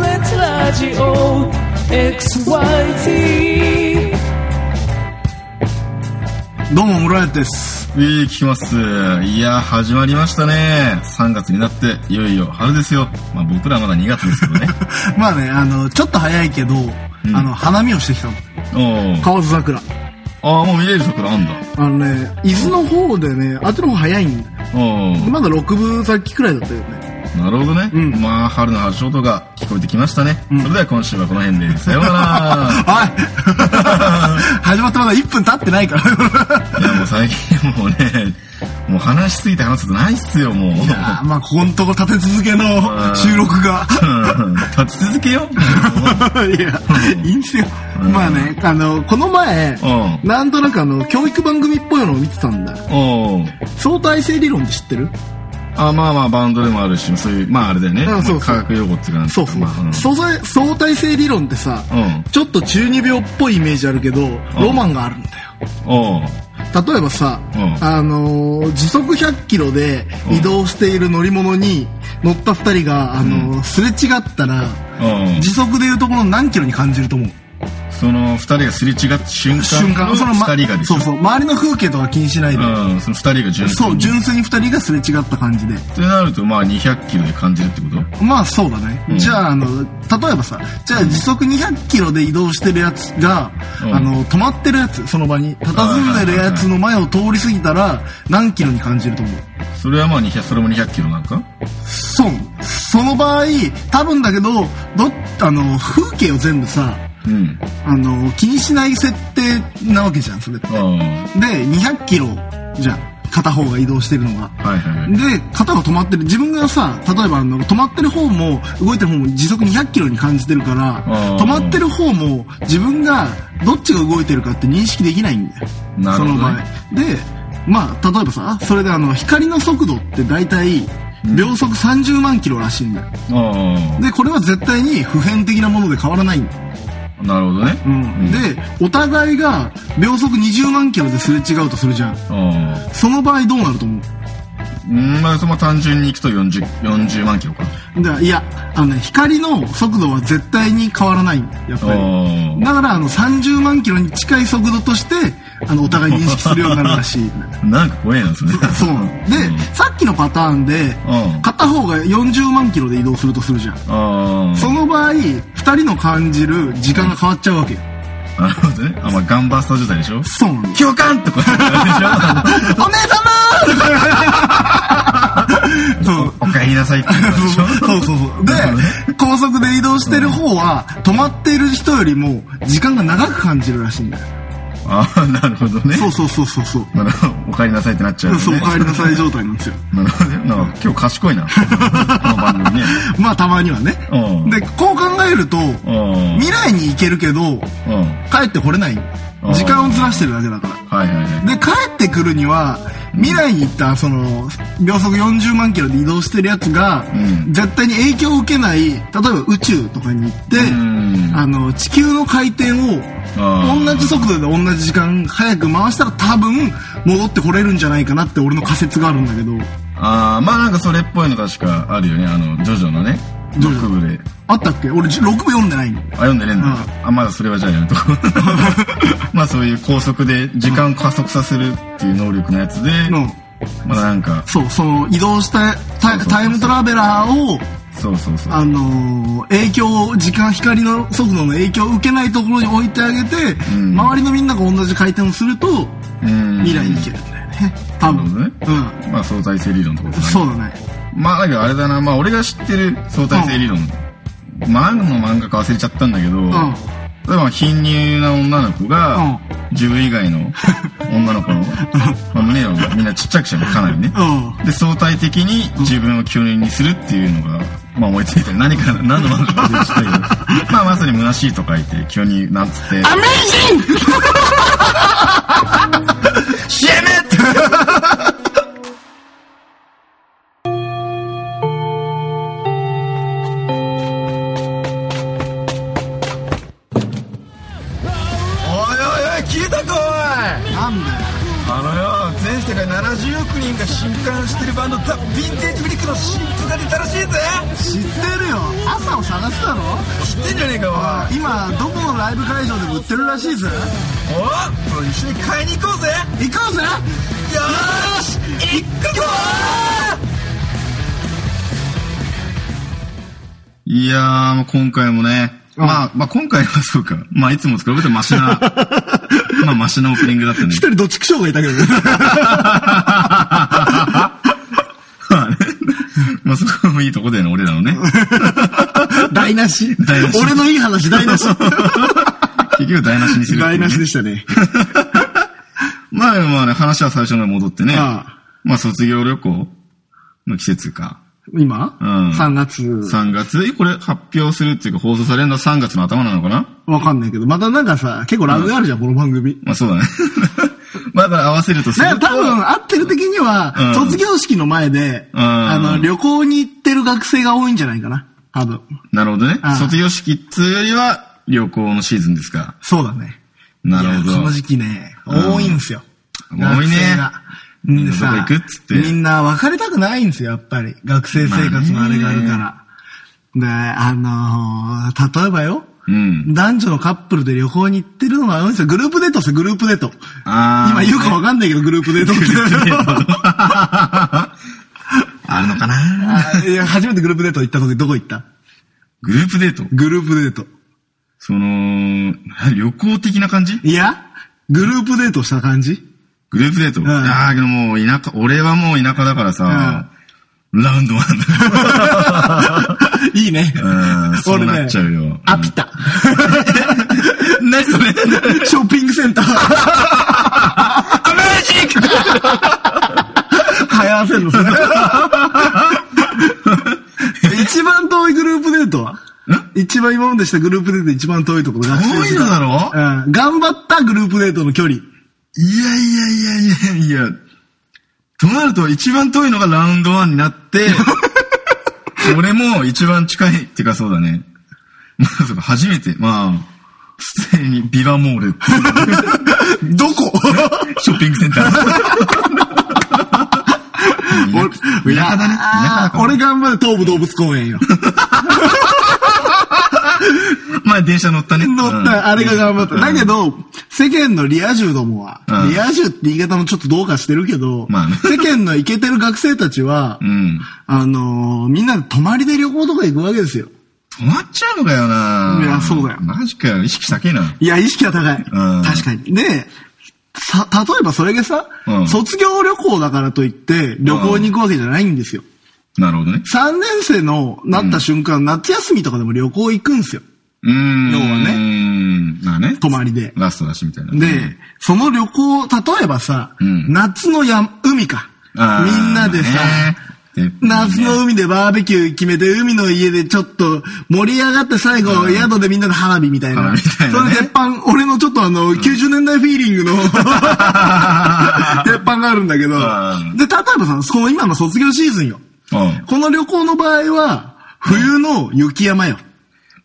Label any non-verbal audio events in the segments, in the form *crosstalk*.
ラジオ XYZ どうも、ムロヤです。えー、聞きます。いやー、始まりましたね。3月になって、いよいよ春ですよ。まあ僕らまだ2月ですけ *laughs* どね。まあね、あの、ちょっと早いけど、あの、花見をしてきたの。おー。河津桜。あー、もう見れる桜あんだ。あのね、伊豆の方でね、あっちの方早いんだよ。おー。まだ6分先くらいだったよね。なるほどね。うんまあ春の発祥とか聞こえてきましたね。んそれでは今週はこの辺で、さよう *laughs* なら。おい *laughs* 始まってまだ1分経ってないから。いやもう最近もうね、もう話しすぎて話すことないっすよ、もう。あーまあ、ここのとこ立て続けの収録が。うん *laughs* 立ち続けよ。いや、いいんすよ。まあね、あの、この前、うなんとなくあの、教育番組っぽいのを見てたんだよ。ん。おう相対性理論って知ってるあ、まあまあバンドでもあるし、そういう、まああれだよね。うんそうそうまあ科学用語っていうかなんていそうかそうまあ、ん相対相対性理論ってさ、うんちょっと中二病っぽいイメージあるけど、ロマンがあるんだよ。おう例えばさ、うんあのー時速100キロで移動している乗り物に乗った2人が、あのーすれ違ったら、うん時速でいうところの何キロに感じると思うその二人がすれ違った瞬瞬間間のその、ま、二人がでしょそうそう周りの風景とか気にしないで、うん、その二人が順そう順純粋に2人がすれ違った感じでってなるとまあ200キロで感じるってことまあそうだね、うんじゃああの例えばさじゃあ時速200キロで移動してるやつが、うんあの止まってるやつその場に佇んでるやつの前を通り過ぎたら何キロに感じると思うそれはまあ200、それも200キロなんかそうその場合多分だけどどあの風景を全部さうん。あの気にしない設定なわけじゃんそれってでうん。 200キロじゃん片方が移動してるのがはいはいはい。で、肩が止まってる。自分がさ、例えばあの、止まってる方も、動いてる方も時速200キロに感じてるからうん、止まってる方も、自分が、どっちが動いてるかって認識できないんだよ。なるほどそねの場合。で、まあ、例えばさ、それであの、光の速度って大体、秒速30万キロらしいんだよ。あで、これは絶対に普遍的なもので変わらないんだよ。あ、なるほどね。うん。で、お互いが、秒速20万キロですれ違うとするじゃん。うん。その場合どうなると思ううん、まあ、その単純に行くと40、40万キロか。だいやあの、ね、光の速度は絶対に変わらないやっぱりあだからあの30万キロに近い速度としてあのお互い認識するようになるら *laughs* しいあ。なんか怖えな、それ。そうなので、うんさっきのパターンでうん片方が40万キロで移動するとするじゃんあその場合2人の感じる時間が変わっちゃうわけよあ。なるほどね。あ、まあ、ガンバスター時代でしょ *laughs* そうなの共感とか。お姉様ー *laughs* そう *laughs* お帰りなさいって言うからでし *laughs* ょそうそうそう。で、高速で移動してる方は、止まっている人よりも、時間が長く感じるらしいんだよ。ああ、なるほどね。そうそうそうそうそう。なるほど。お帰りなさいってなっちゃう、*laughs* ね。そう、お帰りなさい状態なんですよ。なるほどね。なんか今日賢 *laughs* いな。この番組ね。まあ、たまにはね。うんで、こう考えると、うん。未来に行けるけど、うん。帰ってこれない。時間をずらしてるだけだから。はいはいはい。で、帰ってくるには、未来に行った、その、秒速40万キロで移動してるやつが、うん絶対に影響を受けない、例えば宇宙とかに行って、んあの、地球の回転を、あー同じ速度で同じ時間早く回したら多分、戻ってこれるんじゃないかなって俺の仮説があるんだけど、ああ、まあなんかそれっぽいの確かあるよね。あの、ジョジョのね。ジョジョ6部で。あったっけ俺6部読んでないの。あ、読んでねえんだ。うんあ、まだそれはじゃあやるとこ。 *laughs* まあそういう高速で時間を加速させるっていう能力のやつで、のまあなんか、そう、その移動したタそうそうそうタイムトラベラーを、そうそうそう。あのー影響を、時間、光の速度の影響を受けないところに置いてあげて、うん周りのみんなが同じ回転をすると、うん未来に行けるんだよね。多分。なるほどねまあ相対性理論とかうん。ですね。そうだね。まあだけどあれだな、まあ俺が知ってる相対性理論。漫画の漫画か忘れちゃったんだけど、ん例えば貧乳な女の子が、自分以外 *laughs* の女の子の、まあ、胸をみんなちっちゃくしてるかなりね。うん。で相対的に自分を吸入にするっていうのが、まあ思いついたり何か何の漫画かでした *laughs* けどまあまさに虚しいと書いて急になんつって「アメイジング! 」シエメっておいおいおい聞いたかおいなんだよ。あのよ全世界70億人人が新刊してるバンドザ・ヴィンテージ・フリックの新譜が出たらしいぜ知ってるよ朝を探すだろ知ってんじゃねえかあ今どこのライブ会場でも売ってるらしいぜおいおっと一緒に買いに行こうぜ行こうぜよーし行くぞいやー、もう今回もね、まあ、まあ今回はそうか。まあいつも作られてマ *laughs* シな、まあマシなオープニングだったね一。人どっちくしょうがいたけどねまあねまあそこもいいとこだよね、俺ら *laughs* のね。 *laughs* 台無し台無し俺のいい話台無し結局台無しにするってい *laughs* 台うね、無しでしたねまあまあね、話は最初のに戻ってね。あまあ卒業旅行の季節か。今、うん3月3月、えこれ発表するっていうか放送されるのは3月の頭なのかなわかんないけどまたなんかさ結構ラグがあるじゃん、この番組まあそうだね。 *laughs* まあだから合わせるとするね、と。多分、合ってる的には、うん卒業式の前で、うんあの、旅行に行ってる学生が多いんじゃないかな。多分。なるほどねああ。卒業式っつうよりは旅行のシーズンですか。そうだね。なるほいやこのど。時期ね、うん多いんすよ。多いね学生が。みんなどこさ行くっつってみんな別れたくないんですよ、やっぱり。学生生活のあれがあるから。で、あのー例えばよ、うん。男女のカップルで旅行に行ってるのが多いんですよ。グループデートっすよ、グループデート。あ今ー言うかわかんないけど、グループデートって。あるのかなあいや、初めてグループデート行った時どこ行ったグループデートグループデート。その、旅行的な感じいや、グループデートした感じグループデート、んああ、けどもう田舎、俺はもう田舎だからさ、ラウンドワンいいねだ。うん、。そう俺なっねちゃうよ。アピ *laughs* タ。何それショッピングセンター。アメージング流行らせんの、それ。一番遠いグループデートは一番今までしたグループデートで一番遠いところが遠いのだろうん。頑張ったグループデートの距離。いやいやいやいやいや。となると一番遠いのがラウンドワンにな *laughs* って、俺も一番近いってかそうだね。まあ、そうか、初めて、まあ、普通にビバモールってどこいうショッピングセンター。俺田舎だね。田舎だから。俺頑張る東武動物公園よ。まあ電車乗ったね。乗った、あれが頑張った。だけど、世間のリア充どもはう、んリア充って言い方もちょっとどうかしてるけどまあね、世間のイケてる学生たちはう、ん。あのー、みんな泊まりで旅行とか行くわけですよ。止まっちゃうのかよないやそうだよマジかよ。意識高えな。いや、意識は高い。うん確かに。で、さ、例えばそれがさう、ん卒業旅行だからといって、旅行に行くわけじゃないんですよ。なるほどね。 3年生のなった瞬間、夏休みとかでも旅行行くんですよ。うーん。要はねね。まあね。泊まりで。ラストだしみたいな。で、その旅行、例えばさ、うん夏のや海か。みあーんなでさ、ね夏の海でバーベキュー決めて、海の家でちょっと盛り上がって最後、宿でみんなで花火みたいな。花火みたいなそのね鉄板、俺のちょっとあの、90年代フィーリングの、 *laughs* 鉄板があるんだけど、んで、例えばさ、その今の卒業シーズンよ。うん。この旅行の場合は、冬の雪山よ。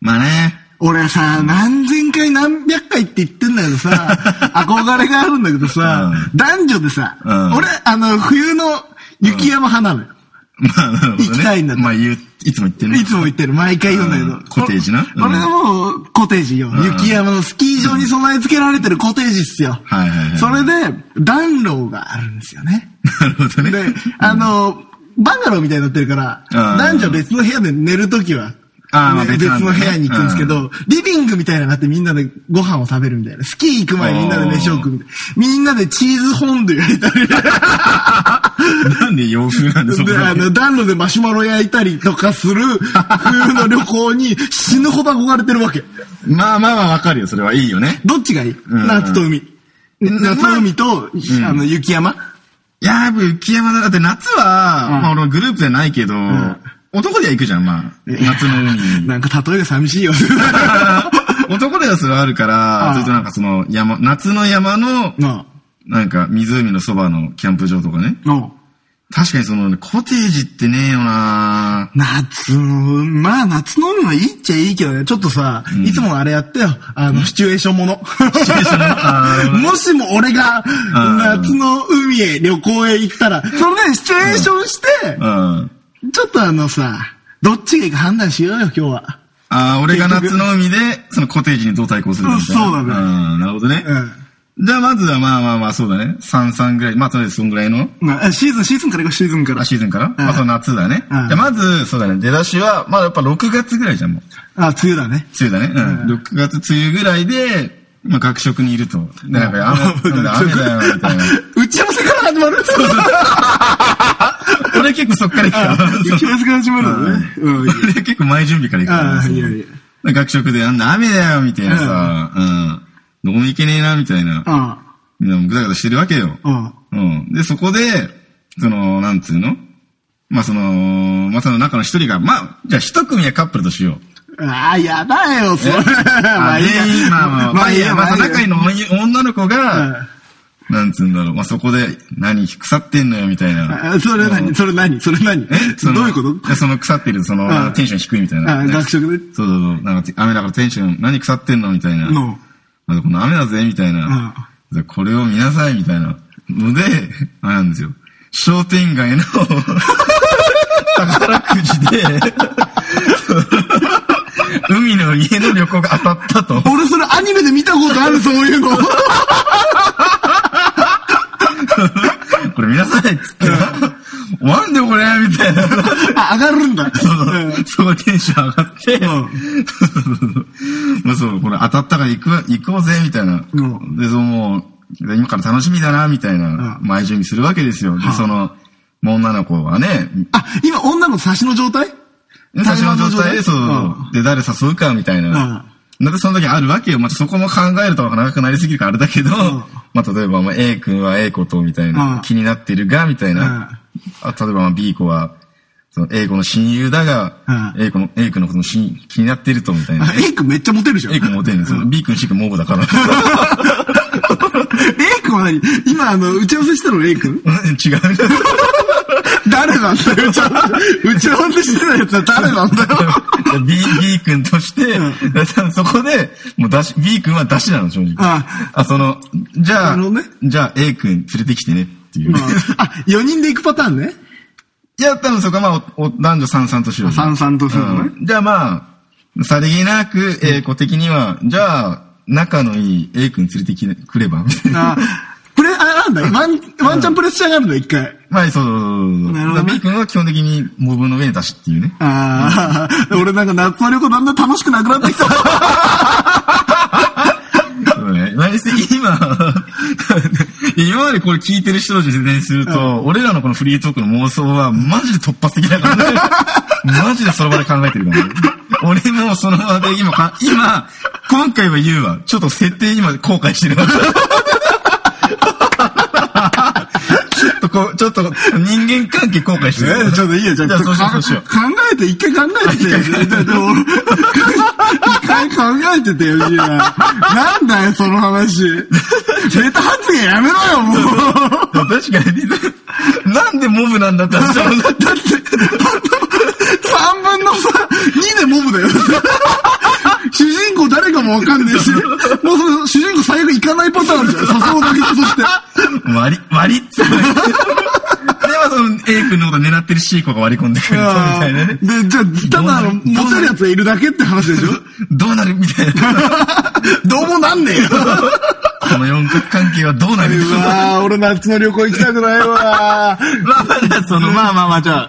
まあね。俺さ、何千回何百回って言ってんだけ *laughs* どさ、憧れがあるんだけどさ、男女でさ、うん俺、あの、冬の雪山派なのよ。まあ、なるほどね。行きたいんだってまあ言う、いつも言ってるねいつも言ってる、毎回言うんだけうどん。コテージなこれはもう、コテージよ。ん雪山のスキー場に備え付けられてるコテージっすよ。はいはいはいそれで、暖炉があるんですよ *laughs* ね。なるほどね。で、あの、バンガローみたいになってるから、うん男女別の部屋で寝るときは、あーまあね別別なんだのね部屋に行くんですけど、リビングみたいなのがあってみんなでご飯を食べるみたいな。スキー行く前にみんなで飯を食うみたいな。みんなでチーズフォンデュやり *laughs* たり。 *laughs* なんで洋風なんでそこで、あだけの、暖炉でマシュマロ焼いたりとかする冬の旅行に死ぬほど憧れてるわけ。まあまあまあわかるよ。それはいいよね。どっちがいいん夏と海。夏の海と、あの、雪山いやー、やっぱ雪山だ。だって夏は、まあ俺もグループじゃないけど、男では行くじゃん、まあ。夏の海に。なんか例えが寂しい *laughs* よ。 *laughs* 男ではそれはあるかあらあ、ずっとなんかその山、夏の山の、ななんか湖のそばのキャンプ場とかね。あ、な確かにそのね、コテージってねえよな夏、まあ夏の海はいいっちゃいいけどね、ちょっとさ、いつものあれやってよ。あの、シチュエーションもの。 *laughs* もしも俺があー夏の海へ旅行へ行ったら、そのね、シチュエーションして、うん。ちょっとあのさ、どっちがいいか判断しようよ、今日は。ああ、俺が夏の海で、そのコテージにどう対抗するかみたいな。うんそうだねうん、なるほどね。じゃあまずはまあまあまあ、そうだね。3、3ぐらい。まあとりあえずそんぐらいの、うん。まあ、シーズン、シーズンから行こう、シーズンからあ。シーズンから、まあその夏だね。うんじゃあまず、そうだね。出だしは、まあやっぱ6月ぐらいじゃん、もう。あ、梅雨だね。梅雨だね。うん。6月梅雨ぐらいで、まあ学食にいると。で、なんか、あの、なんだ雨だよ、みたいな。 *laughs* 打ち合わせから始まるそうそう。俺結構 *laughs* そっから行くから。 *laughs* 打ち合わせから始まるのね。うん。いい俺結構前準備から行くからああ、そういやいや。学食で、なんだ雨だよ、みたいなさ、うん。どこも行けねえな、みたいな。あみんなもぐだぐだしてるわけよ。あ、あうん。で、そこで、その、なんつうのまあ、その、まあ、その中の一人が、まあ、じゃあ一組はカップルとしよう。あ。ああ、やだよ、それ。 *laughs* まあいい全員や。まあまあ、まあ、いいや、まあ、仲いいの女の子うんが、なんつうんだろう、まあ、そこで、何、腐ってんのよ、みたいな。あそれ何それ何それ何えそのどういうことやその腐ってる、そのうん、テンション低いみたいあな。学食でそうそうそう。なんか、雨だからテンション、何腐ってんのみたいな。の。あとこの雨だぜ、みたいな。でこれを見なさい、みたいな。ので、あれなんですよ。商店街の宝くじで、海の家の旅行が当たったと。俺それアニメで見たことある、そういうの。 *laughs* これ見なさいっつって。なんでこれみたいな。あ、上がるんだ。うん *laughs* そこテンション上がって、 *laughs* まあそう、これ当たったから行くわ、行こうぜ、みたいな。うんで、そうもう、で今から楽しみだな、みたいな、うん前準備するわけですよ。で、その、もう女の子はね、あ、今女の子差しの状態差しの状態で、そう、うで、誰誘うか、みたいな。なんでその時あるわけよ。またそこも考えると長くなりすぎるからあれだけど、ん *laughs* まあ例えば、まあ A 君は A 子と、みたいな、うん気になってるが、みたいな。あ例えば、まあ B 子は、その A 子の親友だが、う A 子の、A 君のことの親気になってると、みた *laughs* いなあ。A 君めっちゃモテるじゃん。 A 君モテるんですよ。B 君、C 君、モブだから。 *laughs* A 君は何今あの、打ち合わせしたの A 君うん違う。誰なんだよ、打ち合わせ。打ち合わせしてたやつは誰なんだよ。 *laughs* B、B 君として、そこで、もう出し、B 君は出しなの、正直。ああ、その、じゃなあ、るほどねじゃあ A 君連れてきてねっていう。まああ、4人で行くパターンね。いや、多分そこはまあ、おお男女三々としよう。三々としようねんじゃあまあ、さりげなく A 子的には、じゃあ、仲のいい A 君連れてきてくれば、みたいな。あ、プレ、あ、なんだワン、ワンチャンプレッシャーがあるの、一回。まあ、そうそうそうそう。なるほどねだから B 君は基本的にモブの上に出しっていうね。ああ、俺なんか夏の旅行だんだん楽しくなくなってきた。 *laughs* そうね。何せ今、今までこれ聞いてる人たちに説明すると、俺らのこのフリートークの妄想はマジで突発的 *laughs* だからね。マジでその場で考えてるからね。俺もその場で今か、今、今回は言うわ。ちょっと設定今後悔してるわ。ちょっとこう、ちょっと人間関係後悔し *laughs* えてる。ちょっといいよ、じゃあ。じゃあそうしようそうしよう考えて、一回考えてて。でも一回考えててよ、ジーナなんだよ、その話。ベタ発言やめろよ、もう。確かに。なんでモブなんだって話だもんなだって、三分のさ、二でモブだよ。主人公誰かもわかんねえし、もうその主人公最悪行かないパターンあるじゃん。誘うだけ誘って。 *laughs* 割り、割りっつって。ではその A 君のこと狙ってる C 子が割り込んでくるみたいなね。で、じゃあ、ただあの、モテるやつがいるだけって話でしょどうなるみたいな。どうもなんねえよ。この四角関係はどうなる *laughs* うわー俺夏の旅行行きたくないわーまあまあじゃあその、まあまあまあじゃあ、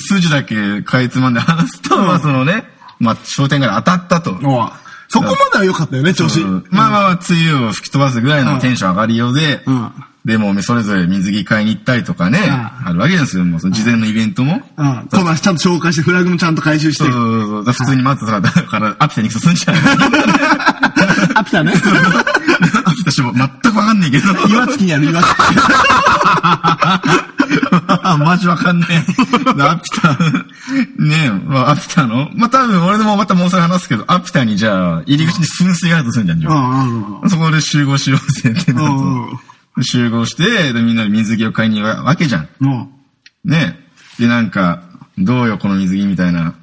筋だけかいつまんで話すと、まあそのね、まあ商店街で当たったと。 *laughs* おうそこまでは良かったよね、調子。うんまあまあまあ、梅雨を吹き飛ばすぐらいのテンション上がりようでうん、でもうそれぞれ水着買いに行ったりとかね、んあるわけですよ。もうその事前のイベントも。うん。コナンちゃんと紹介して、フラグもちゃんと回収してそう。そうそう。だから普通に待ってたら、だから、アピタに進んじゃう。あった *laughs* ね。アピタ氏も全くわかんないけ *laughs* ど。岩月にある岩 *laughs* 月。あ、マジわかんねえ。でアピタ、ねえ、まあ、アピタの、まあ、多分俺でもまたもうそれ話すけど、アピタにじゃあ、入り口に噴水があるとするんじゃん、じゃうあんうんうん。そこで集合しようぜってなるうんと。集合して、で、みんなで水着を買いに行くわけじゃん。もねで、なんか、どうよ、この水着みたいな。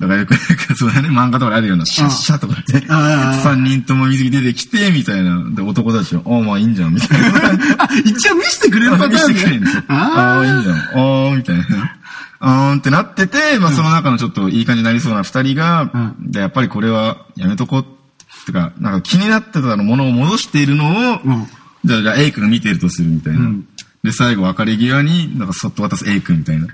だからよく、なんかそうだね、漫画とかであるような、シャッシャとかって、ああ3人とも水着出てきて、みたいな。で、男たちは、ああ、まあいいんじゃん、みたいな。あ、一応見せてくれるパターン見ねしてくれるんですよ。あああー、いいじゃん。ああ、みたいな。あーんってなってて、まあその中のちょっといい感じになりそうな二人が、で、やっぱりこれはやめとこう。ってか、なんか気になってたものを戻しているのを、んじゃあ、じゃあ A 君が見てるとするみたいな。で、最後別れ際に、なんかそっと渡す A 君みたいな。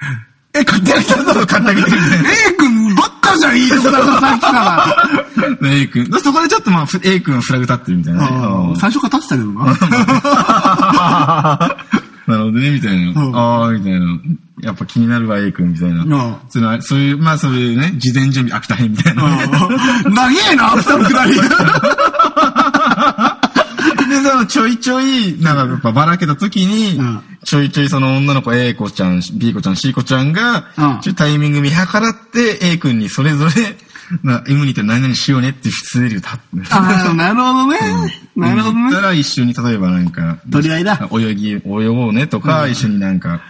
あ。え、勝手に来たんだろ、買ってあげてるみたいな A 君ばっかじゃん、いいとこだから、さっきから。で A 君。でそこでちょっとまあ、ふ A 君フラグ立ってるみたいなね。 *laughs* ああーー最初から立ってたけどな。 *laughs* なるほどね、みたいな。うんああ、みたいな。やっぱ気になるわ、A 君、みたいな。んそのそういう、まあそういうね、事前準備、秋田編みたい *laughs* な。長えな、アフターのくだり。で、その、ちょいちょい、なんか、やっぱばらけた時に、うんちょいちょいその女の子 A 子ちゃん、B 子ちゃん、C 子ちゃんが、うんちょいタイミング見計らって、A 君にそれぞれ、な、M にって何々しようねっていう失礼を立って。ああ、なるほどね。なるほど言っねた。ら一緒に、例えばなんか、取り合いだ泳ぎ、泳ごうねとか、一緒になんか、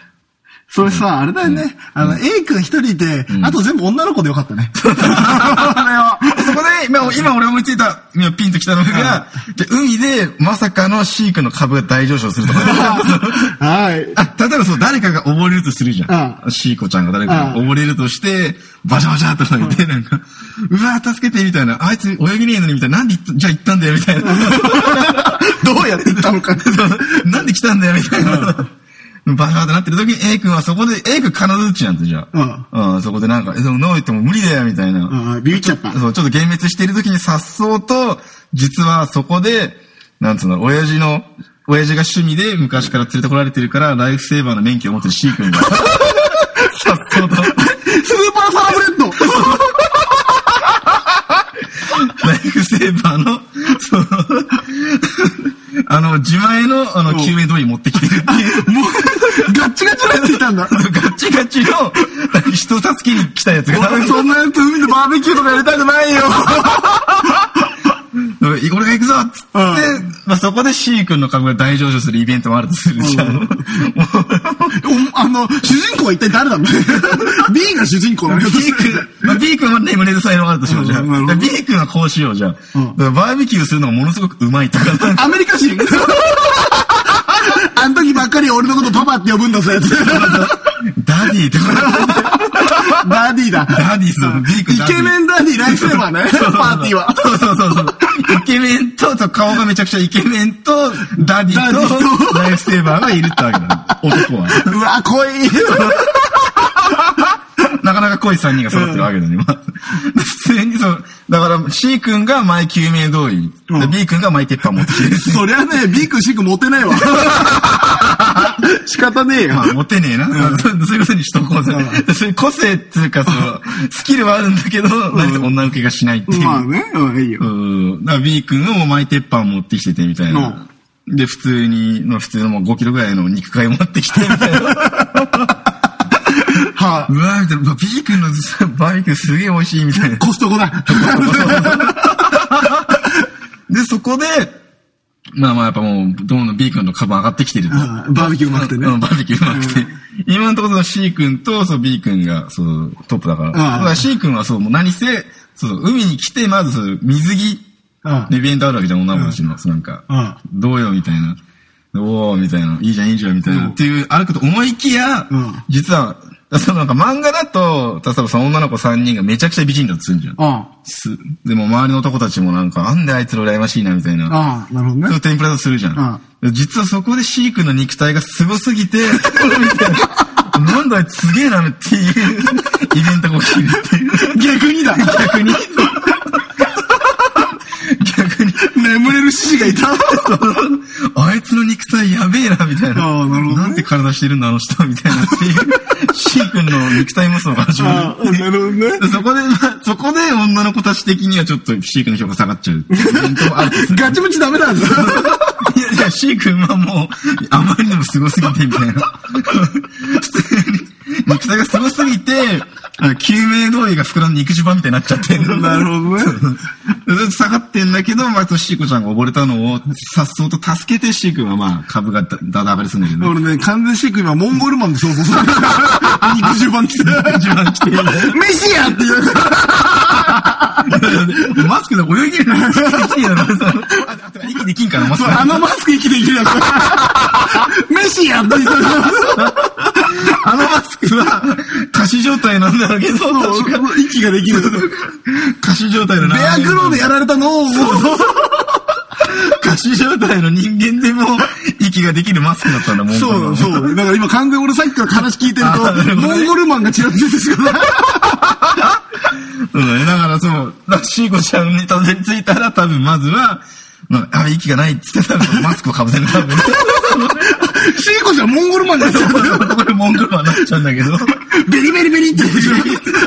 それさ、あれだよね。あの、A 君一人いて、あと全部女の子でよかったね。 *laughs* それは。そこで、今、今俺思いついた、今ピンときたのが、じゃあ海で、まさかの飼育の株が大上昇するとか。はい。 *laughs* あ、例えばそう、誰かが溺れるとするじゃ。うんシーコちゃんが誰かがうん溺れるとして、バシャバシャっと投げて、なんか、うわー助けて、みたいな。あいつ泳ぎねえのに、みたいな。なんで行った、じゃあ行ったんだよ、みたいな。 *laughs* どうやって行ったのか。なんで来たんだよ、みたいな。バカってなってる時に A 君はそこで、A 君金槌なんてじゃあ。うん。そこでなんか、え、でもノーイっても無理だよ、みたいな。うんビビっちゃった。そう、ちょっと幻滅している時に颯爽と、実はそこで、なんつうの、親父の、親父が趣味で昔から連れてこられてるから、ライフセーバーの免許を持ってる C 君が。颯爽と、スーパーサラブレッドライフセーバーの、その、あの、自前の、あの、救命胴衣持ってきてるっていう。もう、ガッチガチのやついたんだ。ガチガチの、人助けに来たやつが、俺そんなやつ海でバーベキューとかやりたくないよ。俺が行くぞっつって、まあ、そこで C 君の株が大上昇するイベントもあるとするじゃん。もうおあの、主人公は一体誰な *laughs* の ?B が主人公なの B 君、まあ、B 君はね、胸の才能があるとしようじゃうんなるほどん。で B 君はこうしようじゃん。んだからバーベキューするのがものすごくう *laughs* まいとか、アメリカ人あの時ばっかり俺のことパパって呼ぶんだそうやつ。ダディとか、ダディだ。ダディそう B 君イケメンダディライフセーバーね。 *laughs* パーティーは。そうそうそうそう。イケメンと、そう顔がめちゃくちゃイケメンと、ダディダディと、とライフセーバーがいるってわけ *laughs* だ。男は。うわ、濃い。なかなか濃い3人が揃ってるわけだね、今。普通にそう、だから C 君が前救命胴衣、うんで B 君が前鉄板持ってきてる。そりゃね、ビークシークモテないわ。仕方ねえよま。あ、持てねえな。そうそういうことにしとこうぜ。そういう個性っていうか、その、スキルはあるんだけど、何せ女受けがしないっていう。まあね、うん、いいよ。うん。だから B 君がもう前鉄板持ってきてて、みたいな。で、普通に、まあ普通のもう5キロぐらいの肉塊持ってきて、みたいな。はうわーみたいな。B 君のバーベキューすげえ美味しい、みたいなあ、。コストコだ。で、そこで、まあまあやっぱもう、どんどん B 君の株上がってきてると。うんバーベキューうまくてねう。ん、バーベキューうまくて。今のところその C 君とそう B 君がそうトップだから。だから C 君はそう、もう何せ、そう、海に来て、まずそう水着うん、イベントあるわけじゃん、女の子たちの。そうなんか、どうよ、みたいな。おー、みたいな。いいじゃん、いいじゃん、みたいな。っていう、あること思いきやうん、実は、そのなんか漫画だと、例えばその女の子3人がめちゃくちゃ美人だとするじゃん。あす、でも周りの男たちもなんか、なんであいつら羨ましいな、みたいな。あ、なるほどそねう。テンプレだとするじゃん。実はそこでシークの肉体が凄すぎて、 *laughs* なんだあいつすげえなっていうイベントが起きるっていう。逆にだ。逆に。逆に。眠れる獅子がいた。あいつの肉体やべえな、みたいな。あーなるほどねんて体してるんだ、あの人、みたいなっていう。シークの肉体無双が始まある。あ、なるほどね。そこで、まあそこで女の子たち的にはちょっとシークの評価下がっちゃうっていうイベントもあるとするガチムチダメなんですよ。いや、いや、シー君はもう、あまりにも凄すぎて、みたいな。普通に、肉体が凄すぎて、あの救命胴衣が膨らんで肉襦袢みたいになっちゃって。なるほどね。ずっと下がってんだけど、まあ、シーコちゃんが溺れたのを、さっそうと助けて、シー君はまあ、株がだだだ上がりするんだけどね。俺ね、完全シーク今、モンゴルマンで想像する。肉汁版来て。一番来 *laughs* てメシアって言う。マスクで泳ぎるな。息できんかな、マスク。あのマスク生きていけなかった。メシアって言う。あのマスク *laughs* は、仮死状態なんだろうけど、息ができる。仮死状態のベアグローでやられたのを、もう仮死状態の人間でも、息ができるマスクだったんだ、もそう、そう。だから今完全俺さっきから話聞いてるあなると、ほモどねンゴルマンがちらついてしまう。そうだね。だからそう、だからシーコちゃんにたどり着いたら多分まずは、まあ、あ息がないって言ってたらマスクをかぶせる多分。シーコちゃんモンゴルマンがこれモンゴルマンになっちゃうんだけ *laughs* ど。ベリベリベリって言ってしまう。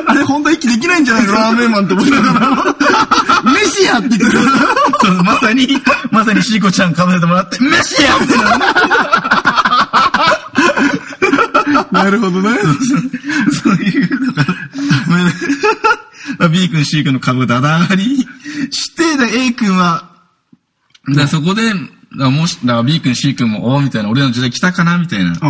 あれ本当は息できないんじゃないのラーメンマンって思いながら。メシアって言ってる。そう、まさに、まさにシーコちゃんかぶせてもらって、メシやってなるなるほどね。そういう、 *laughs* だからまあ、B 君、C 君の株がだだ上がりして、だ A 君は、だそこで、だもし、だ B 君、C 君も、おみたいな、俺の時代来たかなみたいな。う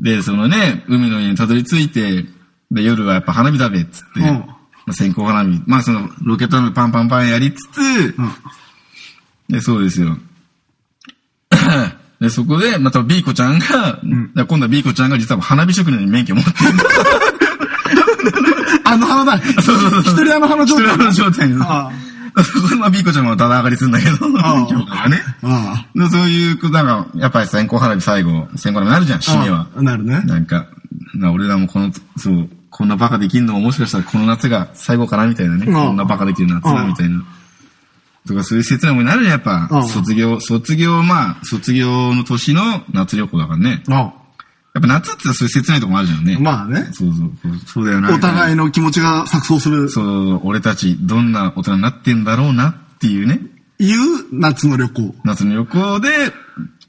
ん。で、そのね、海の家にたどり着いて、で、夜はやっぱ花火食べっつっうて、んまあ、線香花火、まあその、ロケットのパンパンパンやりつつ、で、そうですよ。で、そこで、また B 子ちゃんが、だ今度は B 子ちゃんが実は花火職人に免許持ってる。あの花だ。そうそうそう *laughs* 一人あの花状一態人。の状態に。あそこの B 子ちゃんもただ上がりするんだけど、あ *laughs* 免許がね。あでそういう、なんか、やっぱり線香花火最後、線香花火なるじゃん、あ。締めは。ああなるね。なんか、な俺らもこの、そう、こんなバカできんのももしかしたらこの夏が最後かなみたいなね。んこんなバカできる夏だうんみたいな。とかそういう切な思いになるね、やっぱう。ん卒業、卒業、まあ、卒業の年の夏旅行だからね。あやっぱ夏ってそういう切ないとこもあるじゃんね。あまあね。そうそう、そうそうだよな。お互いの。の気持ちが錯綜する、そう、俺たちどんな大人になってんだろうなっていうね。いう夏の旅行。夏の旅行で、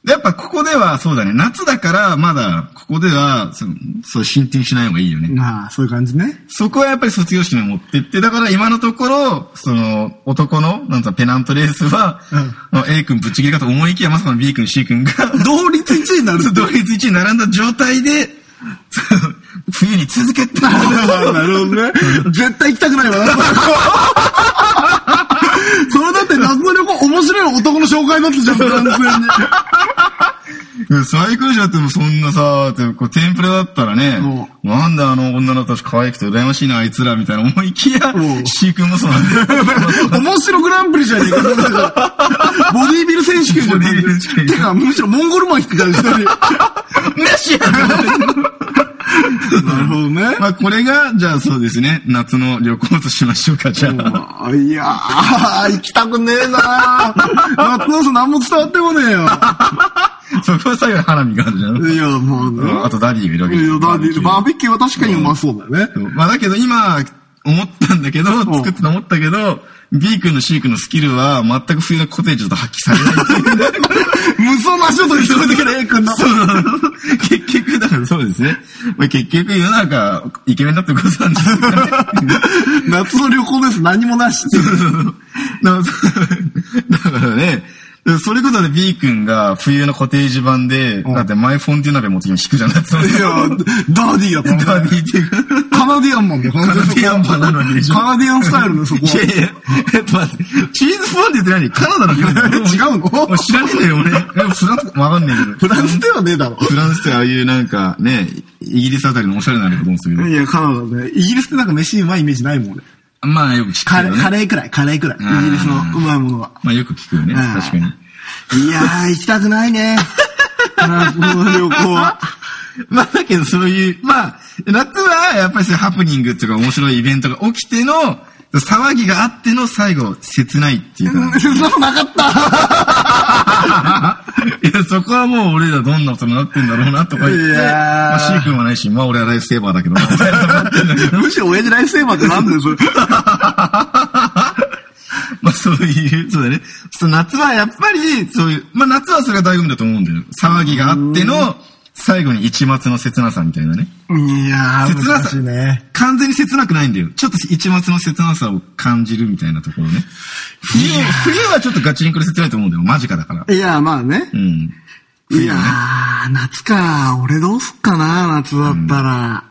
やっぱここではそうだね、夏だからまだ、ここでは、そのそう、進展しない方がいいよね。まあ、そういう感じ *laughs* ね。そこはやっぱり卒業式に持ってって、だから今のところ、その、男の、なんつうのペナントレースは、あの A 君ぶっちぎりかと思いきや、まさかの B 君、C 君が、同率1位になる。同率1位に並んだ状態で、 *laughs* そう冬に続け *laughs* た。なるほどね。絶対行きたくないわ *laughs* な。それだって夏の旅行面白い男の紹介だったじゃん、完全に。うん最高じゃんってもうそんなさ、ってこうテンプレだったらね、なんだあの女の子たち可愛くて羨ましいな、あいつら、みたいな思いきやう、ん C 君もそうなんだよ。 *laughs* 面白グランプリじゃねえか、そんなのボディービル選手権じゃねボディービル選手え権か。てか、むしろモンゴルマン引ってたりしたり。メッシやなるほどね。 *laughs* まあこれが、じゃあそうですね、夏の旅行としましょうか、じゃあ。あいやー、行きたくねえなー。夏の良さ何も伝わってこねえよ。そこは最後に花火があるじゃん。いや、もうね。あとダディがいるわけいやダーディーバーバベキューは確かにうまそうだよね。まあだけど今、思ったんだけど、作ってて思ったけど、B 君の C 君のスキルは全く冬のコテージだと発揮され *laughs* ないっていうね無双なショットに聞こえてくる A 君の。結局、だからそうですね。まあ結局世の中、イケメンだってことなんですよね。 *laughs* 夏の旅行です。何もなしっていう。 *laughs* だからだからね、それこそね B 君が冬のコテージ版で、だってマイフォンデュ鍋持ってきて弾くじゃないでいすか。や、ダーディーだったダディっていう。カナディアン *laughs* マンだよ、カナカナディアンマンなのにカナディアンスタイルのそこいやは。いや、えっと待って、チーズフォンデュって何カナダの料理違うもうの知らねえんだよ、俺。フランス、わかんねえけフランスではねえだろ。ど。フランスってああいうなんかね、イギリスあたりのおしゃれな料理だと思うんですいや、カナダね。イギリスってなんか飯うまいイメージないもん、俺。けど。まあよく聞カくレよー、カね。レーくらい、カレーくらい。イんギリスのうまいものは。まあよく聞くよね、うん確かに。いやー、行きたくないね。夏の旅行 *laughs* は。まあだけどそういう、まあ、夏はやっぱりそういうハプニングとか面白いイベントが起きての、騒ぎがあっての最後、切ないっていうかな。切なくなかった。 *laughs* いや、そこはもう俺らどんな大人になってんだろうなとか言って、いやーまあ、シー君はないし、まあ俺はライフセーバーだけ *laughs* ど、むしろ親父ライフセーバーってなんだよ、それ。 *laughs* まあそういう、そうだね。そう夏はやっぱり、そういう、まあ夏はそれが醍醐味だと思うんだよ。騒ぎがあっての、最後に一末の切なさみたいなね。いやー、切な難さしいね。完全に切なくないんだよ。ちょっと一末の切なさを感じるみたいなところね。冬、冬はちょっとガチンコで切ないと思うんだよ。間近だから。いやー、まあねう。ん。いやー、夏か。俺どうすっかな、夏だったら。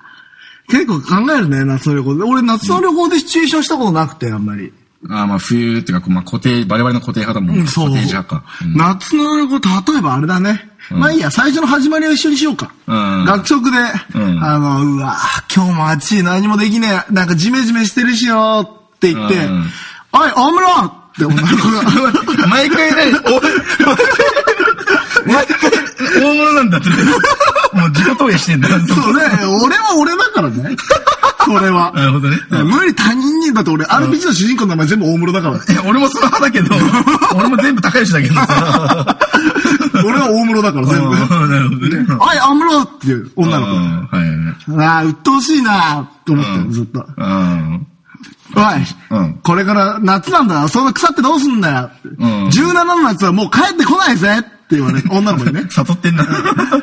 結構考えるね、夏の旅行で。俺夏の旅行でシチュエーションしたことなくて、あんまり。ああ、まあ冬っていうか、まあ固定、バレバレの固定派だもんね。そう。固定派か。うん夏の旅行、例えばあれだね。まあいいや、最初の始まりを一緒にしようか。うん学食で、うんあの、うわー今日も暑い、何もできねえ、なんかジメジメしてるしよーって言って、うんおい、大村って女の子 *laughs* が、 *laughs* 毎回ね、お、毎回、大物なんだってね。もう自己投影してんだ。 *laughs* そうね、俺は俺だからね。これは。なるほどね。無理他人に、だって俺、RPG の主人公の名前全部大室だから。いや *laughs* 俺もその派だけ *laughs* ど、俺も全部高吉だけどさ。俺は大室だ *laughs* から、全部。うんなるほどね。おい、大室っていう女うのんはいはいはい。子。ああ、鬱陶しいなーって思ったよ、ずっと。うん。おい、うんこれから夏なんだ、その腐ってどうすんだよ。ん17の夏はもう帰ってこないぜって言 *laughs* われる、女の子にね。悟っ *laughs* てんな。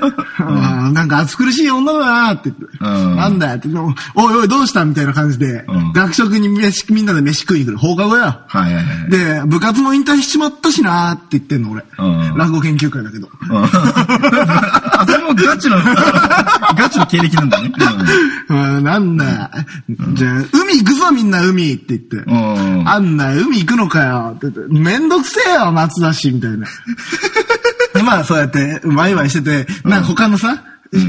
あーなんか暑苦しい女だなって言って、うんなんだよって、でもおいおいどうしたみたいな感じで、うん学食に飯、みんなで飯食いに来る。放課後や。はいはいはい。で、部活も引退しちまったしなーって言ってんの、俺。うん落語研究会だけど。 *laughs* うんあ、それもガチの、 *laughs* ガチの経歴なんだね。うん、なんだよ。じゃあ、海行くぞみんな海って言って。うんあんな海行くのかよって言って。めんどくせえよ、夏だし、みた *laughs* いな。で、まあ、そうやって、ワイワイしてて、なんか他のさ、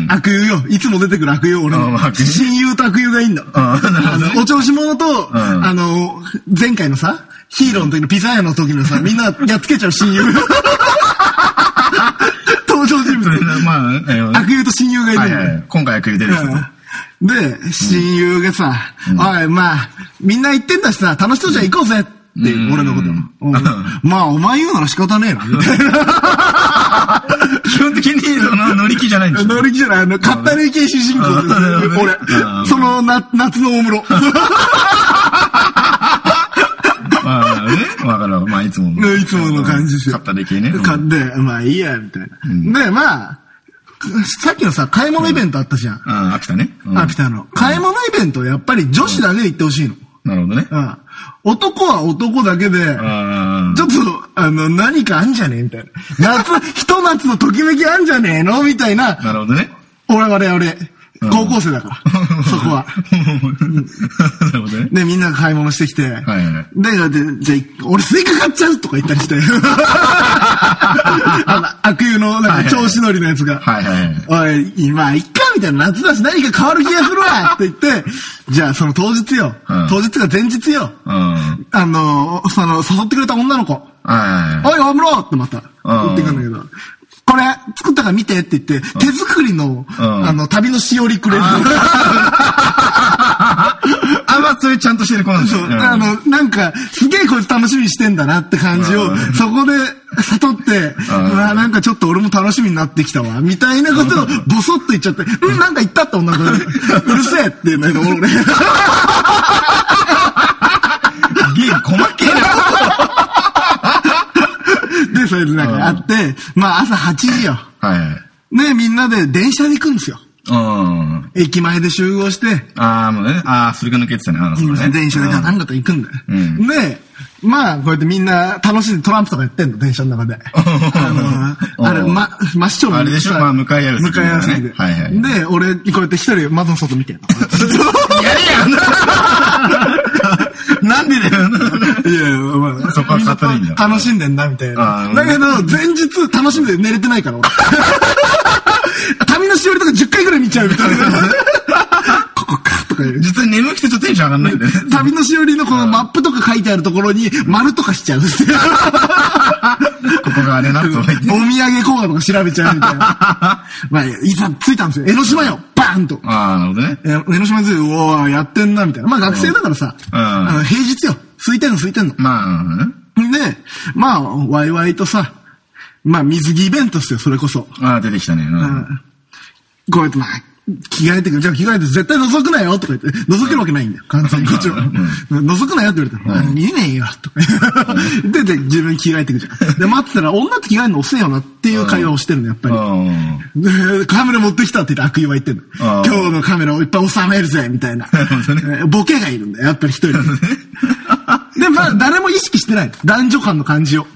悪友よ。いつも出てくる悪友、俺うんのまあ。悪友親友と悪友がいいんだ。なるほどあのお調子者と、んあの、前回のさ、ヒーローの時のピザ屋の時のさ、みんなやっつけちゃう親 *laughs* 友。登場人う物。ん。まあ、なるほどね悪友と親友がいるはんいだよはい。今回はクリテですけど。で、親友がさ、おい、まあ、みんな行ってんだしさ、楽しそうじゃん行こうぜって、俺のこと。うんまあ、お前言うなら仕方ねえ *laughs* な。みたい基本的に、その、乗り気じゃないんでしょな乗り気じゃない、あの、かったるい系主人公うんうん俺う、んその、な、夏の大室。まあね、わかるわ。まあ、いつもの。ね *laughs* いつもの感じですよ。買ったで系ね。うん買って、まあいいや、みたいな。で、まあ、さっきのさ、買い物イベントあったじゃん。ああ、秋田ね。うん秋田の。買い物イベント、やっぱり女子だけで行ってほしいの。なるほどね。うん。男は男だけで、あちょっと、あの、何かあんじゃねえみたいな。夏、 *laughs* ひと夏のときめきあんじゃねえのみたいあ、な、なるほどね。俺、我々、高校生だ *laughs* から、 *laughs* そこは。なるほどね。で、みんなが買い物してきて、はいはいで、で、じゃあ、俺スイカ買っちゃうとか言ったり *laughs* して。あの、悪友の、なんか、調子乗りのやつが。はいはおい。い、今、いっかみたいな、夏だし何か変わる気がするわって言って、じゃあ、その当日よ。うん当日が前日よ。うん。あの、その、誘ってくれた女の子。はいはおい。い、大室ってまた、言ってくんだけど。これ、作ったから見てって言って、手作りの、んあの、旅のしおりくれる。あ、まあ、そういうちゃんとしてる子なんですそう、よ。う *laughs* んあの、なんか、すげえこいつ楽しみにしてんだなって感じうをん、そこで悟って、んうわ、なんかちょっと俺も楽しみになってきたわ、みたいなことをボソッと言っちゃって、うん、なんか言ったって女の *laughs* 子にうるせえって言うんだけど、俺、ゲーム細けえ *laughs* な。で、それでなんかあって、まあ朝8時よ。はいはい。ね、みんなで電車で行くんですよ。うん。駅前で集合して、ああ、もうね。ああ、それが抜けてたね。ああ、そうだね。電車でガタンガタン行くんだよ。うんで、まあ、こうやってみんな楽しんでトランプとかやってんの、電車の中 *laughs* で。あの、あれ、うんま、真っ正面あれでしょさまあ向かい合う向かい合う席で。席だねはいはいで、俺、こうやって一人窓の外見てんの。やれや *laughs* なんでだよ。 *laughs* いやいや、まあ、そこは語るんだ楽しんでんな、みたいあな。ーだけど、前日楽しんで寝れてないから、 *laughs* 俺。旅のしおりとか10回ぐらい見ちゃうみたい *laughs* な。ここか、とか言う。実は眠くてちょっとテンション上がんないんだよね。旅のしおりのこのマップとか書いてあるところに丸とか *laughs* しちゃうんですよ。ここがあれなとお思って土。産コーナーとか調べちゃうみたいな。 *laughs* まあ、いざ着いたんですよ。江ノ島よバーンと。ああ、なるほどね。え江ノ島ずうおー、やってんな、みたいな。まあ学生だからさ、うんあの平日よ。空いてんの空いてんの。で、まあ、うんまあ、ワイワイとさ、まあ水着イベントっすよ、それこそ。ああ、出てきたね。うんこうやって、まあ、着替えてくる。じゃあ着替えて絶対覗くなよとか言って、覗けるわけないんだよ。完全にこっちは。覗くなよって言われたら、見えねえよとか。で、で、自分着替えてくじゃん。で、待ってたら、女って着替えるの遅えよなってっていう会話をしてるの、やっぱり。うん。でカメラ持ってきたって言って悪意は言ってんの。あ今ー日のカメラをいっぱい収めるぜ、みたいな。えーボケがいるんだよ、やっぱり一人で。で、まあ、誰も意識してない。男女間の感じを。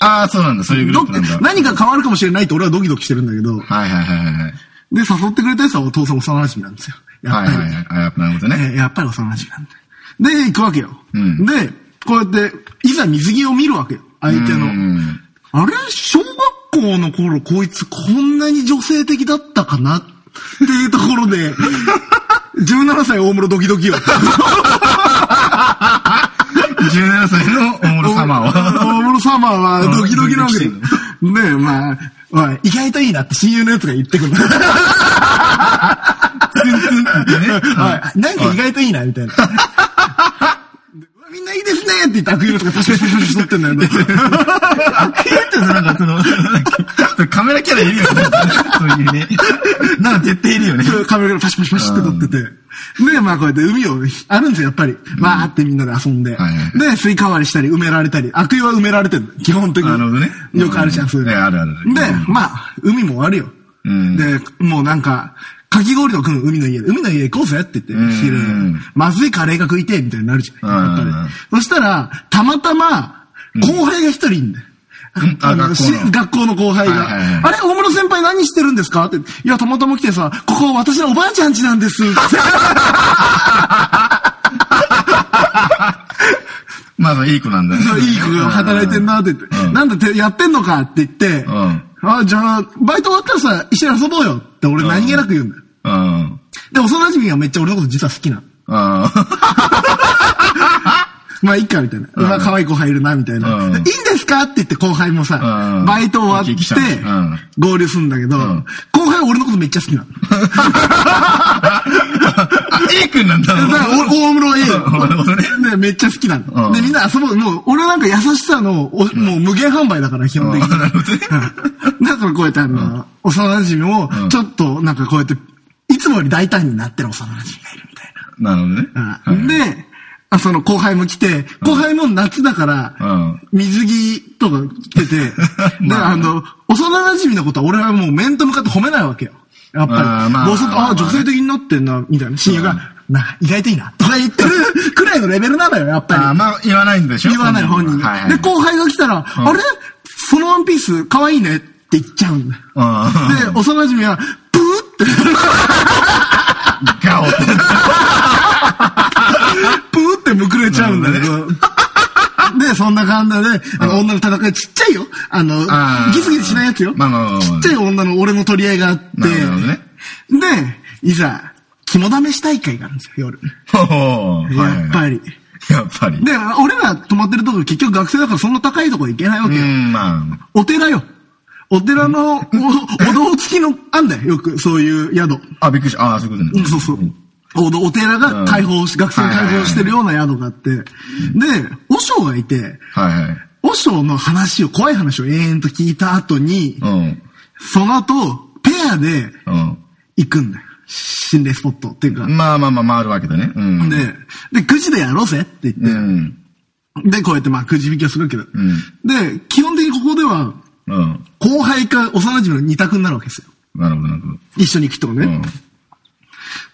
ああ、そうなんだ。そういうグループなんだ。ど何か変わるかもしれないと俺はドキドキしてるんだけど。はいはいはいはいはい。で、誘ってくれたやつはお父さん幼馴染なんですよ。やはっいぱり。はいはい。あやっぱなるほどね。えーやっぱり幼馴染なんだ。で、行くわけよ。うんで、こうやって、いざ水着を見るわけよ。相手の。うんあれ小学校の頃こいつこんなに女性的だったかなっていうところで、17歳大室ドキドキよ。 17歳の大室様は。大室様はドキドキなわけで。うんドねえ、まあ、おい意外といいなって親友のやつが言ってくる。はいなんか意外といいな、みたいな。 *laughs* みんないいですねって言って悪意のやつが確かに取ってんだよ。 *laughs* 悪役ってなんかそ *laughs* の、なんかカメラキャラいるよね。そういうね。なんか絶対いるよね。カメラパシパシパシって撮ってて。で、まあこうやって海を、あるんですよ、やっぱり。わーってみんなで遊んで。はいはいで、スイカ割りしたり、埋められたり。悪意は埋められてる。基本的に。なるほどねよくあるじゃん、うんそういうのねあるあるあるでう、まあ、海もあるよ。うんで、もうなんか、かき氷とくん、海の家で、海の家行こうぜって言って、ん昼、まずいカレーが食いてえ、みたいになるじゃん。やっぱりうんうんうんそしたら、たまたま、後輩が一人いんだよ。んああの学し校の学校の後輩が、はいはいはいあれ、大室先輩何してるんですかって。いや、たまたま来てさ、ここ私のおばあちゃん家なんです。 *laughs* まあ、いい子なんだね。いい子が働いてんなって言って、うんなんだってやってんのかって言って、うんあ、じゃあ、バイト終わったらさ、一緒に遊ぼうよって俺何気なく言うんだよ。うん。で、幼馴染がめっちゃ俺のこと実は好きなの。ああ。まあ、いいか、みたいな。うわ、可愛い子入るな、みたいな。うんでいいんですかって言って後輩もさうん、バイト終わって生き生きしたね、合流するんだけど、ん後輩は俺のことめっちゃ好きなの。あ、A 君なんだ。だ *laughs* から、お大室はええなるほどねよ。で、めっちゃ好きなの。うんで、みんな遊ぼう。もう、俺なんか優しさの、おもう無限販売だから、基本的あ *laughs* なるほに。どねうん *laughs* だからこうやってあの、幼馴染を、ちょっと、なんかこうやって、いつもより大胆になってる幼馴染がいるみたいな。なるほどね。うんで、あその後輩も来て、後輩も夏だからうん、水着とか着て *laughs* て、で、あの、幼馴染のことは俺はもう面と向かって褒めないわけよ。やっぱあーり、まあぼそっと、まあああ、女性的になってんな、みたいな親友が、な、意外といいな、とか言って *laughs* るくらいのレベルなのよ、やっぱりあ。あ、まあ、言わないんでしょ言わない本人はいが。はい。で、後輩が来たら、あれそのワンピース可愛いねって言っちゃうんだよ。うん。で、幼馴染は、プーって。ガオって。プーってむくれちゃうんだけど。で、そんな感じで、あの、女の戦い、ちっちゃいよ。あのあ、ーギスギスしないやつよ。まあまあまあまあちっちゃい女の俺の取り合いがあって。なるほどねで、いざ、肝試し大会があるんですよ、夜。ほほはいはいやっぱり。やっぱり。で、俺ら泊まってるとこ結局学生だからそんな高いとこ行けないわうけよ。ん、まあ。お寺よ。お寺の、お、お堂付きの、あんだよ、よく、そういう宿。あ、びっくりした。ああ、そういうことうねん。そうそう。 *laughs* おお寺が開放し、学生が開放してるような宿があって、で、和尚がいて、はいはい。和尚の話を、怖い話を延々と聞いた後に、うん。その後、ペアでう行くんだよ。心霊スポットっていうか。ん。まあまあまあ、回るわけだね。うん。で、で、くじでやろうぜって言って、うん。で、こうやってまあくじ引きをするわけど、んで、基本的にここでは、うん。後輩か幼馴染の二択になるわけですよ。なるほど、なるほど。一緒に行くとうねん。。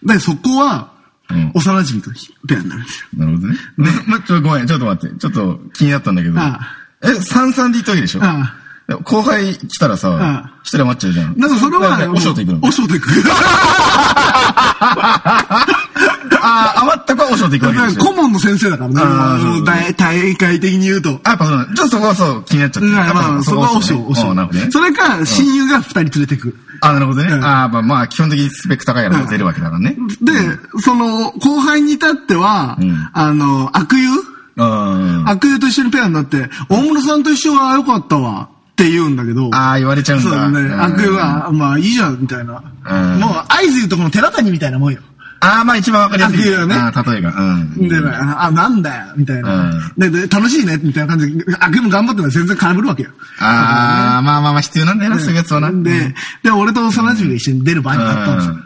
で、そこはうん、幼馴染とペアになるんですよ。なる *laughs* ほどね。で、ま、ちょ、ごめん、ちょっと待って。ちょっと気になったんだけど。あえ、三三で行ったわけでしょあでも後輩来たらさあ、一人待っちゃうじゃん。なんかそれはね、おしょと行くのお。しょと *laughs* 行く。ああ、余った子はおしょと行くわだかけでらしょ顧問の先生だからね。あーもうそう大大会的に言うと。あ、やっぱそうなんだちょっとそこはそう、気になっちゃっうて。んまあまあ、そこはおしょ、おしうょんなるほどね。。それか、親友が二人連れてく。あ、なるほどね。うんあーまあまあ、基本的にスペック高いやつが出るわけだからね。で、その、後輩に至ってはん、あの、悪友うん。悪友と一緒にペアになって、大室さんと一緒は良かったわ、って言うんだけど。ああ、言われちゃうんだ。そうだね。ん悪友。は、まあいいじゃん、みたいな。もう、合図言うとこの寺谷みたいなもんよ。ああ、まあ一番わかりやすい。悪友はねあー例えが。うん。で、あ、あなんだよ、みたいな。で、で楽しいね、みたいな感じで、悪友も頑張ってるのに全然空振るわけよ。ああ、まあまあまあ必要なんだよな、そういうやつはな。でうん、で、俺と幼馴染が一緒に出る場合になったんですよ。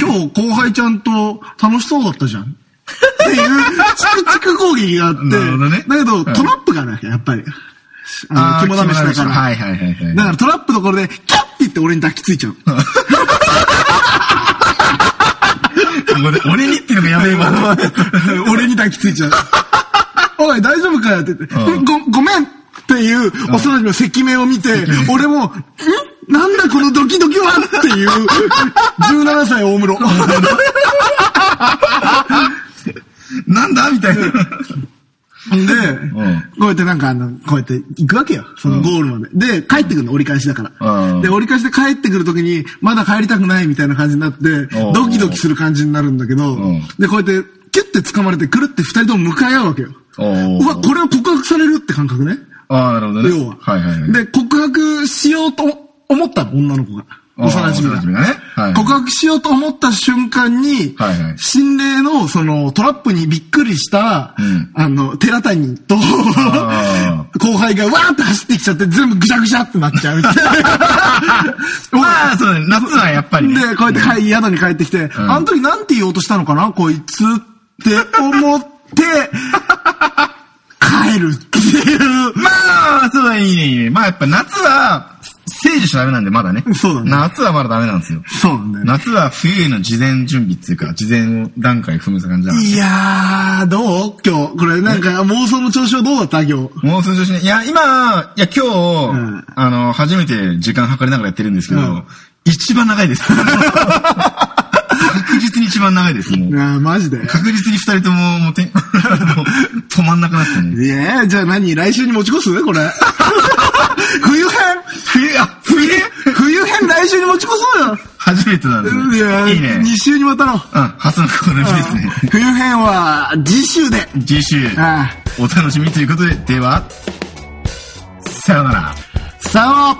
今日後輩ちゃんと楽しそうだったじゃん。っていう、チクチク攻撃があって、なるほどねだけど、うんトラップがあるわけ、やっぱり。あの、肝試しだだから。はいはいはいはい。だからトラップの頃で、キャッて言って俺に抱きついちゃう。もうね俺にっていうのがやべ *laughs* えわ。俺に抱きついちゃう。 *laughs* おい、大丈夫かよって言って、うんご、ごめんっていう、幼馴染の赤面を見て、俺も、んなんだこのドキドキはっていう、17歳大室。 *laughs* なんだみたいな。で、んこうやってなんかあの、こうやって行くわけよ。そのゴールまで。で、帰ってくるの、折り返しだから。うんで、折り返しで帰ってくるときに、まだ帰りたくないみたいな感じになって、んドキドキする感じになるんだけどん、で、こうやって、キュッて掴まれてくるって二人とも向かい合うわけよ。おーうわ、これは告白されるって感覚ね。ああ、なるほどね。要は。はいはいはい。で、告白しようと思ったの、女の子が。あー幼馴染が。幼馴染がねはい告白しようと思った瞬間に、はいはい心霊の、その、トラップにびっくりした、うんあの、寺谷と、あ *laughs* 後輩がわーって走ってきちゃって、全部ぐしゃぐしゃってなっちゃうみ *laughs* たいな。まあ、そうだね。夏はやっぱりね。で、こうやって帰、宿に帰ってきて、あの時なんて言おうとしたのかなこいつって思って、 *laughs* 帰るっていう。まあ、そうだね、いいね、いいね。まあ、やっぱ夏は、整理しちゃダメなんで、まだね。そうだね夏はまだダメなんですよ。そうなんだよね。夏は冬への事前準備っていうか、事前段階踏む感じだいやー、どう今日。これなんか妄想の調子はどうだった今日。もう数十年。いや、今、いや、今日、んあの、初めて時間計りながらやってるんですけど、うん一番長いです。確実に一番長いです、もう。あー、マジで。確実に二人とも、もうて、 *laughs* もう止まんなくなってね。いやー、じゃあ何来週に持ち越すこれ。 *laughs* 冬編冬、あ、冬冬編来週に持ち越そうよ初めてなんですいやね。ー、いいね。 2週にわたろう。うん、初の試みですね。冬編は次週で。次週、あお楽しみということで、では、さようなら。さあ